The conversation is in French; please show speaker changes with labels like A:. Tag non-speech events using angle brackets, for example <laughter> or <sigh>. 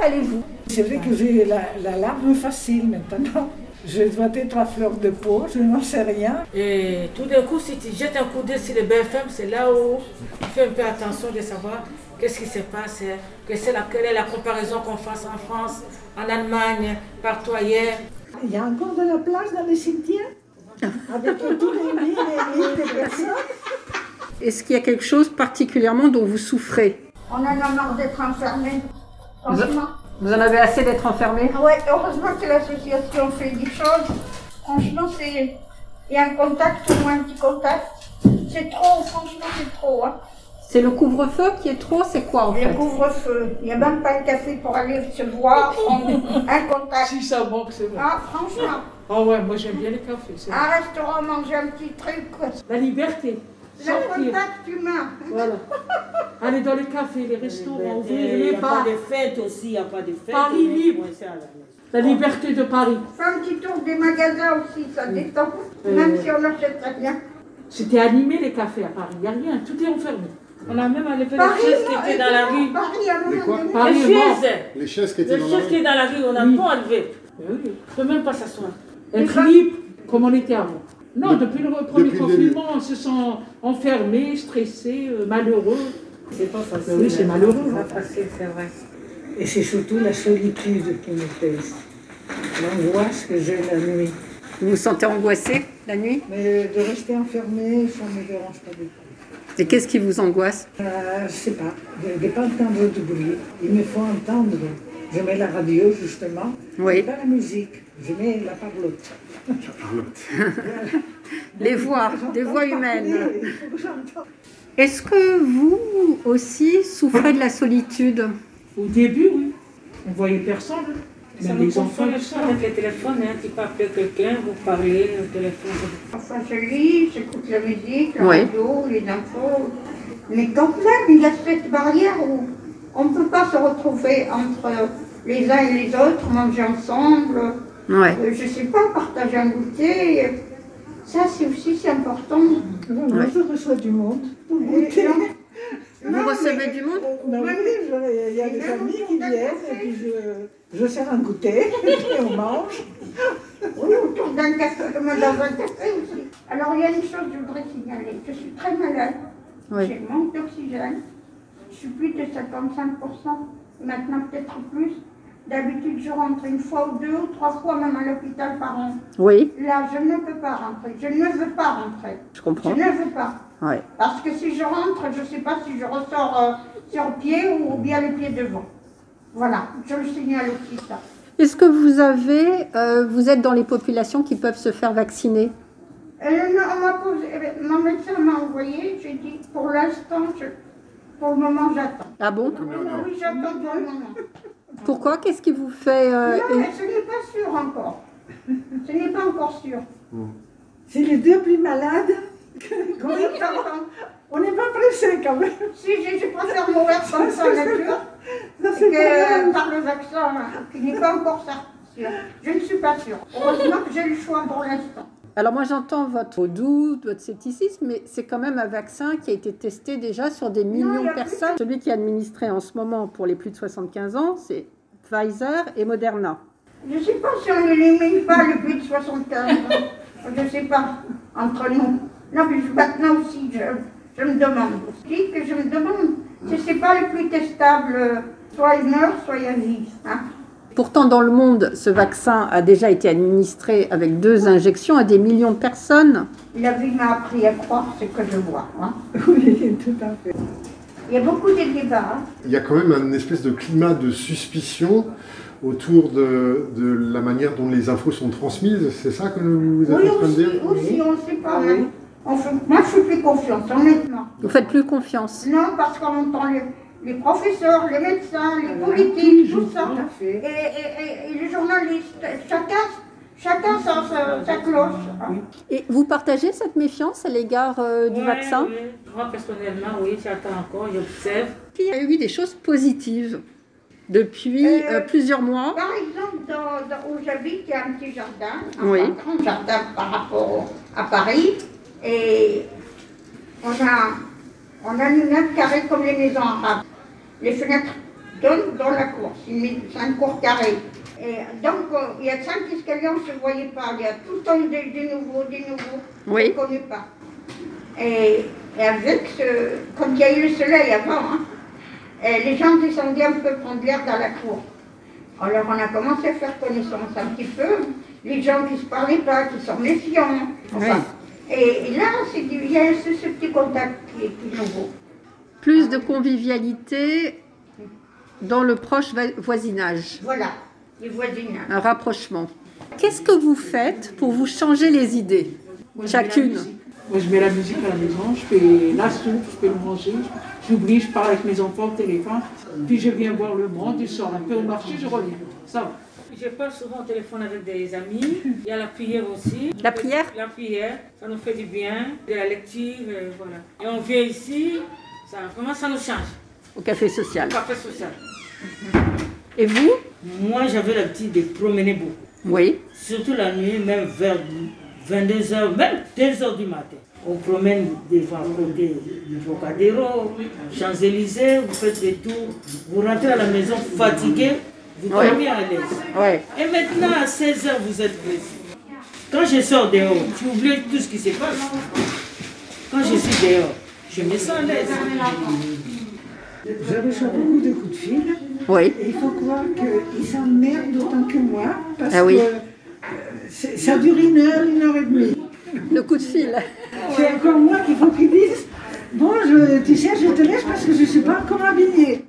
A: allez-vous
B: C'est vrai que j'ai la, la larme facile maintenant. <laughs> Je dois être à fleur de peau, je n'en sais rien.
C: Et tout d'un coup, si tu jettes un coup d'œil sur le BFM, c'est là où tu fais un peu attention de savoir qu'est-ce qui se passe, hein, que c'est la, quelle est la comparaison qu'on fasse en France, en Allemagne, partout ailleurs.
B: Il y a encore de la place dans les <laughs> cimetières Avec tous les milliers et les milliers de personnes
D: Est-ce qu'il y a quelque chose particulièrement dont vous souffrez
A: On en a marre d'être enfermés. Franchement.
D: Vous en avez assez d'être enfermé
A: Ah Ouais, heureusement que l'association fait des choses. Franchement, c'est. Il y a un contact, au moins un petit contact. C'est trop, franchement, c'est trop. Hein.
D: C'est le couvre-feu qui est trop, c'est quoi en
A: Le
D: fait
A: couvre-feu, il n'y a même pas un café pour aller se voir. on- Un contact.
B: Si ça manque, c'est vrai.
A: Ah, franchement,
B: Ah ouais, moi j'aime bien les cafés. c'est vrai.
A: un restaurant, manger un petit truc. quoi.
E: La liberté.
A: Le
E: Sortir.
A: contact humain.
E: Voilà. Aller dans les cafés, les
F: Euh,
E: restaurants,
C: Eh,
E: ouvrir
G: Il
E: les
G: n'y a pas
E: bars.
G: de fête aussi, il n'y a pas de fête.
E: Paris
G: on est
E: libre.
G: coincé à la maison.
E: La liberté de Paris.
A: Faire un petit tour des magasins aussi, ça détend. Même si on n'achète rien.
E: C'était animé les cafés à Paris. Il n'y a rien, tout est enfermé. Ah.
F: On a même enlevé les
A: Paris,
F: chaises qui
A: non,
F: étaient dans la
A: évidemment,
F: rue.
A: Paris, à un
H: Les quoi
A: moment donné.
E: Paris
F: Les
E: est mort.
F: chaises,
H: Les chaises qui étaient
F: les
H: dans la
F: chaises qui est
H: rue.
F: dans la rue, on n'a
E: Oui.
F: pas enlevé.
E: Eh oui.
F: Euh, On peut même pas s'asseoir.
E: Elle
A: pas-
E: grippe comme on était avant. Non, depuis le premier
H: Depuis le début.
E: confinement, on se sent enfermé, stressé, euh, malheureux.
G: C'est pas facile.
E: Ben oui, c'est malheureux.
B: Ah,
E: hein.
G: facile, c'est vrai.
I: Et c'est surtout la solitude qui me pèse. L'angoisse que j'ai la nuit.
D: Vous vous sentez angoissé la nuit
B: Mais de rester enfermé, ça ne me dérange pas du tout.
D: Et qu'est-ce qui vous angoisse
B: Euh, je sais pas, de ne pas entendre du bruit. Il me faut entendre. Je mets la radio justement.
D: Oui.
B: Pas la musique, je mets la parlotte.
D: Les voix, des voix
B: J'entends parler,
D: humaines.
B: il faut que j'entende.
D: Est-ce que vous aussi souffrez de la solitude
E: Au début, oui. On voyait personne.
F: Ça
E: Même
F: nous
E: les enfants,
F: confond
E: tout
F: les
E: ça.
F: gens avec les téléphones. Hein. Tu peux appeler quelqu'un, vous parlez au téléphone.
A: Enfin, je lis, j'écoute la musique, la
D: Oui.
A: radio, les infos. Mais quand même, il y a cette barrière où on ne peut pas se retrouver entre les uns et les autres, manger ensemble,
D: Ouais.
A: euh, je ne sais pas, partager un goûter. Ça, c'est aussi c'est important.
B: Moi, je reçois du monde.
A: Et non,
D: Vous recevez du monde
B: Ben oui, je- il y a des amis qui viennent et puis je, je sers un goûter <laughs> et puis on mange.
A: oui, autour d'un café, comme dans un café aussi. Alors, il y a une chose que je voudrais signaler. Je suis très malade.
D: Oui.
A: J'ai le manque d'oxygène. Je suis plus de 55%, maintenant peut-être plus. D'habitude, je rentre une fois ou deux ou trois fois même à l'hôpital par an.
D: Oui,
A: Là, je ne peux pas rentrer. Je ne veux pas rentrer.
D: je
A: Je
D: comprends.
A: ne veux pas.
D: Ouais.
A: Parce que si je rentre, je ne sais pas si je ressors euh, sur pied ou bien les pieds devant. Voilà, je le signale aussi ça.
D: Est-ce que vous avez, euh, vous êtes dans les populations qui peuvent se faire vacciner
A: Euh, non, on m'a posé, euh, mon médecin m'a envoyé, j'ai dit pour l'instant, je- pour le moment, j'attends.
D: Ah bon
H: Comme
A: Oui,
H: Léonore.
A: oui, j'attends pour le moment.
D: Pourquoi Qu'est-ce qui vous fait euh,
A: Non, mais ce n'est pas sûr encore. Ce n'est pas encore sûr.
B: C'est les deux plus malades.
A: Oui, j'entends.
B: On n'est pas pressés quand même. <laughs>
A: Si je, je préfère mourir sans ça, nature
B: Ça,
A: que
B: c'est pas
A: euh,
B: mal.
A: par le vaccin hein, qui n'est pas encore ça- sûr. Je ne suis pas sûre. Heureusement que j'ai le choix pour l'instant.
D: Alors moi j'entends votre doute, votre scepticisme, mais c'est quand même un vaccin qui a été testé déjà sur des millions
A: il y
D: de
A: a plus
D: personnes. Celui qui est administré en ce moment pour les plus de 75 ans, c'est Pfizer et Moderna.
A: Je ne sais pas si on n'élimine pas le plus de 75 ans. Je ne sais pas, entre nous. Non, mais je- maintenant aussi, je, je me demande. Je dis que je me demande si ce n'est pas le plus testable, euh, soit une heure, soit une vie. hein.
D: Pourtant dans le monde, ce vaccin a déjà été administré avec deux injections à des millions de personnes.
A: La vie m'a appris à croire ce que je vois. hein.
B: Oui, tout à fait.
A: Il y a beaucoup de débats. hein.
H: Il y a quand même un espèce de climat de suspicion autour de, de la manière dont les infos sont transmises. C'est ça que vous êtes
A: Oui,
H: en train de
A: aussi,
H: dire Ah
A: aussi, on ne sait pas. hein. On fait- moi, je ne fais plus confiance, honnêtement.
D: Vous faites plus confiance.
A: Non, parce qu'on entend les, les professeurs, les médecins, les politiques, tout ça.
B: Euh, Tout à fait.
A: Et, et- et- et les journalistes, chacun, chacun sa, sa- sa cloche. hein.
D: Et vous partagez cette méfiance à l'égard euh, du
F: Ouais,
D: vaccin
F: oui. Moi, personnellement, oui, j'attends encore, j'observe.
D: Il y a eu des choses positives depuis
A: Euh,
D: euh, plusieurs mois.
A: Par exemple, dans- dans- où j'habite, il y a un petit jardin, un
D: Oui.
A: grand jardin par rapport au- à Paris. Et on a, on a les mètres carrés comme les maisons arabes. Les fenêtres tonnes dans la course, ils mettent 5 cours carrés. Et donc, euh, il y a 5 escaliers, on ne se voyait pas. Il y a tout le temps des, des nouveaux, des nouveaux.
D: Oui.
A: On ne connaît pas. Et, et avec ce- quand il y a eu le soleil avant, hein, et les gens descendaient un peu prendre l'air dans la cour. Alors on a commencé à faire connaissance un petit peu, les gens qui ne se parlaient pas, qui sont méfiants. enfin. Et, et là, c'est du- il y a ce, ce petit contact qui est tout nouveau.
D: Plus de convivialité dans le proche va- voisinage,
A: Voilà, les voisinages.
D: un rapprochement. Qu'est-ce que vous faites pour vous changer les idées Chacune.
E: Moi, je mets la musique à la maison, je fais la soupe, je fais le manger, j'oublie, je parle avec mes enfants au téléphone, puis je viens voir le monde, je sors un peu au marché, je reviens. Ça va.
F: Je parle souvent au téléphone avec des amis. Il y a la prière aussi.
D: La prière
F: La prière, ça nous fait du bien, de la lecture, euh, voilà. Et on vient ici, ça, vraiment ça nous change.
D: Au café social.
F: Café social.
D: Et vous
G: Moi, j'avais l'habitude de promener beaucoup.
D: Oui.
G: Surtout la nuit, même vers 22h, même 2h du matin. On promène devant à côté du Trocadéro, Champs-Élysées, vous faites des tours, vous rentrez à la maison fatigué, vous
D: Ouais.
G: dormez à l'aise.
D: Ouais.
G: Et maintenant, à 16h, vous êtes pressé. Quand je sors dehors, tu oublies tout ce qui se passe. Quand je suis dehors, je me sens à l'aise.
I: Je reçois beaucoup de coups de fil.
D: Oui.
I: Et il faut croire qu'ils s'emmerdent autant que moi, parce
D: Ah oui.
I: que euh, c'est- ça dure une heure, une heure et demie.
D: Le coup de fil.
I: C'est encore moi qu'il faut qu'ils disent Bon, je- tu sais, je te laisse parce que je ne suis pas encore habillée.